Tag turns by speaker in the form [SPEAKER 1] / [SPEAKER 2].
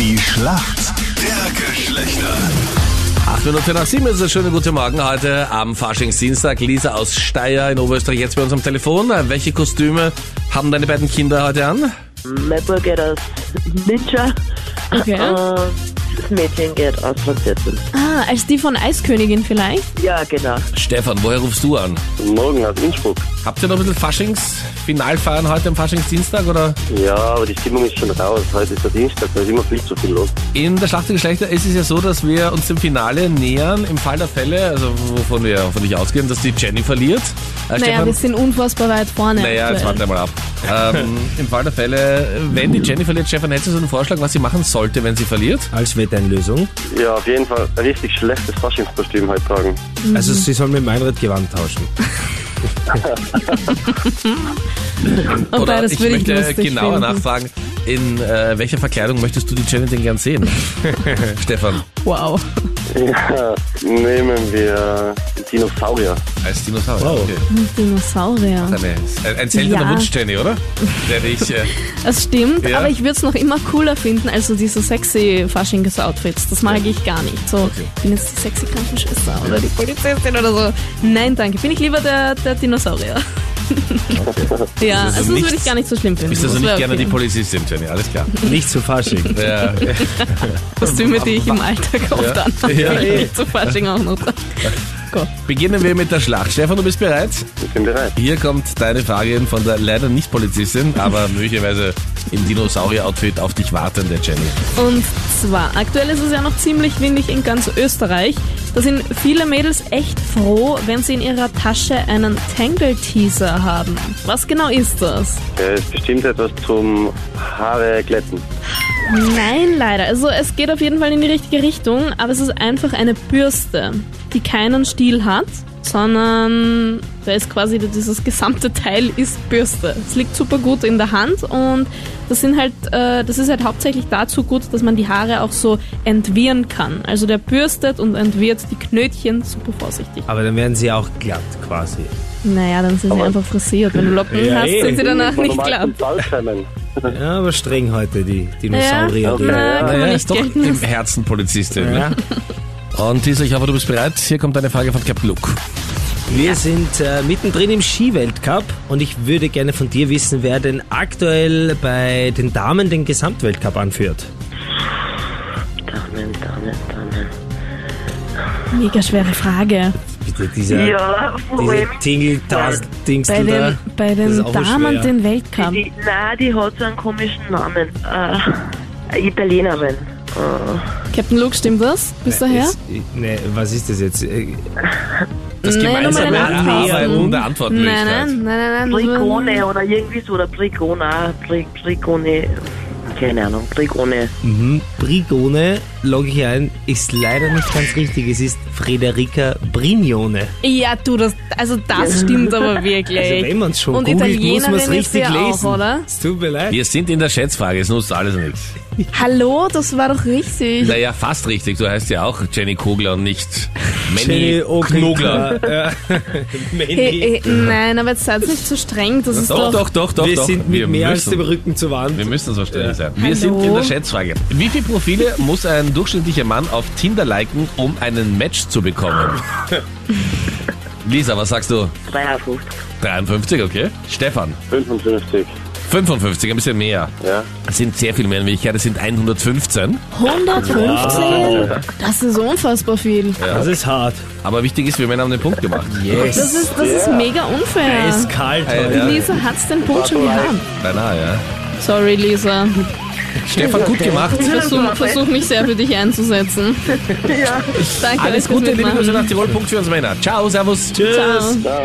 [SPEAKER 1] Schlacht der Geschlechter.
[SPEAKER 2] 8 Minuten nach 7 ist es. Schönen guten Morgen heute am Faschingsdienstag. Lisa aus Steyr in Oberösterreich jetzt bei uns am Telefon. Welche Kostüme haben deine beiden Kinder heute an?
[SPEAKER 3] Mein Bub geht aus Ninja
[SPEAKER 4] Okay.
[SPEAKER 3] und das Mädchen geht aus Französin.
[SPEAKER 4] Ah, als die von Eiskönigin vielleicht?
[SPEAKER 3] Ja, genau.
[SPEAKER 2] Stefan, woher rufst du an?
[SPEAKER 5] Guten Morgen aus Innsbruck.
[SPEAKER 2] Habt ihr noch ein bisschen Faschingsfinalfeiern heute am Faschingsdienstag oder?
[SPEAKER 5] Ja, aber die Stimmung ist schon raus. Heute ist der Dienstag, da ist immer viel zu viel los.
[SPEAKER 2] In der Schlacht der Geschlechter ist es ja so, dass wir uns dem Finale nähern. Im Fall der Fälle, also wovon wir von dich ausgehen, dass die Jenny verliert. Äh,
[SPEAKER 4] Naja, wir sind unfassbar weit vorne.
[SPEAKER 2] naja, jetzt
[SPEAKER 4] aktuell.
[SPEAKER 2] warte mal ab. Ähm, Im Fall der Fälle, wenn die Jenny verliert, Stefan, hättest du so einen Vorschlag, was sie machen sollte, wenn sie verliert?
[SPEAKER 6] als Wetteinlösung.
[SPEAKER 5] Ja, auf jeden Fall ein richtig schlechtes Faschingskostüm heute tragen.
[SPEAKER 4] Mhm.
[SPEAKER 6] Also sie sollen mit Meinrad Gewand tauschen.
[SPEAKER 4] Wobei,
[SPEAKER 2] Oder
[SPEAKER 4] Oh, das
[SPEAKER 2] ich
[SPEAKER 4] würde ich
[SPEAKER 2] möchte
[SPEAKER 4] lustig
[SPEAKER 2] genauer
[SPEAKER 4] finden.
[SPEAKER 2] nachfragen, in äh, welcher Verkleidung möchtest du die Jenny denn gern sehen? Stefan,
[SPEAKER 4] Wow.
[SPEAKER 5] Ja, nehmen wir Dinosaurier.
[SPEAKER 2] als Dinosaurier.
[SPEAKER 6] Wow.
[SPEAKER 2] Okay.
[SPEAKER 4] Dinosaurier.
[SPEAKER 2] Eine, ein, ein seltener
[SPEAKER 4] Ja.
[SPEAKER 2] Wunsch, Jenny, oder? Der dich, äh,
[SPEAKER 4] Das stimmt,
[SPEAKER 2] Ja.
[SPEAKER 4] aber ich würde es noch immer cooler finden als so diese sexy Faschings-Outfits. Das mag ich gar nicht. So, ich bin jetzt die sexy Krankenschwester oder die Polizistin oder so. Nein, danke. Bin ich lieber der, der Dinosaurier. ja,
[SPEAKER 2] also
[SPEAKER 4] also das würde ich
[SPEAKER 2] nichts-
[SPEAKER 4] gar nicht so schlimm finden.
[SPEAKER 2] bist also
[SPEAKER 4] Das
[SPEAKER 2] nicht
[SPEAKER 4] wär
[SPEAKER 2] gerne die
[SPEAKER 4] okay.
[SPEAKER 2] Polizistin, Jenny, alles klar.
[SPEAKER 6] Nicht zu faschig.
[SPEAKER 2] Ja, äh,
[SPEAKER 4] Kostüme, die ich im Alltag oft
[SPEAKER 2] Ja.
[SPEAKER 4] anhabe,
[SPEAKER 2] Ja,
[SPEAKER 4] wenn
[SPEAKER 2] eh.
[SPEAKER 4] ich nicht zu Fasching auch noch trage. Gott.
[SPEAKER 2] beginnen wir mit der Schlacht. Stefan, du bist bereit?
[SPEAKER 5] Ich bin bereit.
[SPEAKER 2] Hier kommt deine Frage von der leider nicht Polizistin, aber möglicherweise im Dinosaurier-Outfit auf dich wartende Jenny.
[SPEAKER 4] Und zwar, aktuell ist es ja noch ziemlich windig in ganz Österreich. Da sind viele Mädels echt froh, wenn sie in ihrer Tasche einen Tangle-Teaser haben. Was genau ist das?
[SPEAKER 5] Der ist bestimmt etwas zum Haare glätten.
[SPEAKER 4] Nein, leider. Also es geht auf jeden Fall in die richtige Richtung, aber es ist einfach eine Bürste, die keinen Stiel hat, sondern da ist quasi dieses gesamte Teil ist Bürste. Es liegt super gut in der Hand und das sind halt, äh, das ist halt hauptsächlich dazu gut, dass man die Haare auch so entwirren kann. Also der bürstet und entwirrt die Knötchen super vorsichtig.
[SPEAKER 6] Aber dann werden sie auch glatt quasi.
[SPEAKER 4] Naja, dann sind sie einfach frisiert. Wenn du Locken
[SPEAKER 6] Ja,
[SPEAKER 4] hast,
[SPEAKER 6] eh.
[SPEAKER 4] sind sie danach
[SPEAKER 5] Von
[SPEAKER 4] nicht
[SPEAKER 5] normalen
[SPEAKER 4] glatt.
[SPEAKER 5] Ballschirmen.
[SPEAKER 6] Ja, aber streng heute die
[SPEAKER 4] Ja,
[SPEAKER 6] Dinosaurier.
[SPEAKER 4] na, kann man nicht
[SPEAKER 2] ist doch
[SPEAKER 4] gelten
[SPEAKER 2] im Herzen Polizistin. ne?
[SPEAKER 6] Ja.
[SPEAKER 2] Und Lisa, ich hoffe, du bist bereit. Hier kommt eine Frage von Captain Luke.
[SPEAKER 6] Wir sind äh, mittendrin im Skiweltcup und ich würde gerne von dir wissen, wer denn aktuell bei den Damen den Gesamtweltcup anführt.
[SPEAKER 3] Damen, Damen, Damen.
[SPEAKER 4] Mega schwere Frage.
[SPEAKER 6] Bitte, dieser,
[SPEAKER 3] Ja, vor
[SPEAKER 6] diese
[SPEAKER 3] allem.
[SPEAKER 6] Tingle, Tas,
[SPEAKER 4] Bei
[SPEAKER 6] Dingsel
[SPEAKER 4] den,
[SPEAKER 6] da.
[SPEAKER 4] bei
[SPEAKER 6] Das ist
[SPEAKER 4] den
[SPEAKER 6] auch
[SPEAKER 4] Damen
[SPEAKER 6] schwer.
[SPEAKER 4] den Weltcup.
[SPEAKER 3] Die, nein, die hat so einen komischen Namen. Äh, Italienerin. Äh,
[SPEAKER 4] Captain Luke, stimmt das? Bis daher?
[SPEAKER 6] Äh, Ist, nee, was ist das jetzt? Äh,
[SPEAKER 2] Das
[SPEAKER 4] Nein,
[SPEAKER 2] gemeinsame
[SPEAKER 4] nur meine
[SPEAKER 2] Erarbeiten
[SPEAKER 4] Antworten.
[SPEAKER 2] der Antwortmöglichkeit.
[SPEAKER 4] Nein, nein, nein, nein, nein.
[SPEAKER 3] Brigone oder irgendwie so. Oder Brigona. Bri, Brigone. Keine Ahnung. Brigone.
[SPEAKER 6] Mhm. Brigone, logge ich ein, ist leider nicht ganz richtig. Es ist Frederica Brignone.
[SPEAKER 4] Ja, du, das, also das stimmt aber wirklich.
[SPEAKER 6] Also wenn man es schon
[SPEAKER 4] Und
[SPEAKER 6] googelt, muss man es
[SPEAKER 4] Italienerin ist
[SPEAKER 6] richtig
[SPEAKER 4] ja auch,
[SPEAKER 6] lesen.
[SPEAKER 4] oder?
[SPEAKER 6] Es tut mir leid.
[SPEAKER 2] Wir sind in der Schätzfrage, es nutzt alles nichts.
[SPEAKER 4] Hallo, das war doch richtig.
[SPEAKER 2] Naja, fast richtig. Du heißt ja auch Jenny Kogler und nicht Manny
[SPEAKER 6] Jenny Oakley-
[SPEAKER 2] Knogler.
[SPEAKER 6] Ja. Mandy.
[SPEAKER 4] Hey, hey, nein, aber jetzt seid nicht so streng. Das ist
[SPEAKER 2] Doch,
[SPEAKER 4] doch.
[SPEAKER 2] doch, doch, doch.
[SPEAKER 6] wir
[SPEAKER 2] doch.
[SPEAKER 6] sind mit mehr als
[SPEAKER 2] müssen.
[SPEAKER 6] dem Rücken zur
[SPEAKER 2] Wir
[SPEAKER 6] Wand.
[SPEAKER 2] müssen so schnell sein. Wir
[SPEAKER 4] Hallo?
[SPEAKER 2] sind in der Schätzfrage. Wie viele Profile muss ein durchschnittlicher Mann auf Tinder liken, um einen Match zu bekommen? Lisa, was sagst du?
[SPEAKER 3] 53.
[SPEAKER 2] 53, okay. Stefan,
[SPEAKER 5] 55,
[SPEAKER 2] 55, ein bisschen mehr.
[SPEAKER 5] ja.
[SPEAKER 2] Das sind sehr viel mehr in Wirklichkeit. Das sind 115.
[SPEAKER 4] 115? Das ist unfassbar viel.
[SPEAKER 6] Das ist hart.
[SPEAKER 2] Aber wichtig ist, wir Männer haben den Punkt gemacht.
[SPEAKER 4] Das
[SPEAKER 6] Yes.
[SPEAKER 4] ist, das ist mega unfair.
[SPEAKER 6] Es ist kalt heute.
[SPEAKER 2] Ja,
[SPEAKER 4] Lisa hat's den Punkt schon gehabt.
[SPEAKER 2] beinahe, ja.
[SPEAKER 4] Sorry, Lisa.
[SPEAKER 2] Stefan, gut gemacht.
[SPEAKER 4] Versuch, versuch mich sehr für dich einzusetzen. Danke,
[SPEAKER 2] Alles
[SPEAKER 4] fürs
[SPEAKER 2] Gute, liebe
[SPEAKER 4] Mitmachen.
[SPEAKER 2] Grüße nach Tirol. Punkt für uns Männer. Ciao, servus. Tschüss.
[SPEAKER 4] Ciao.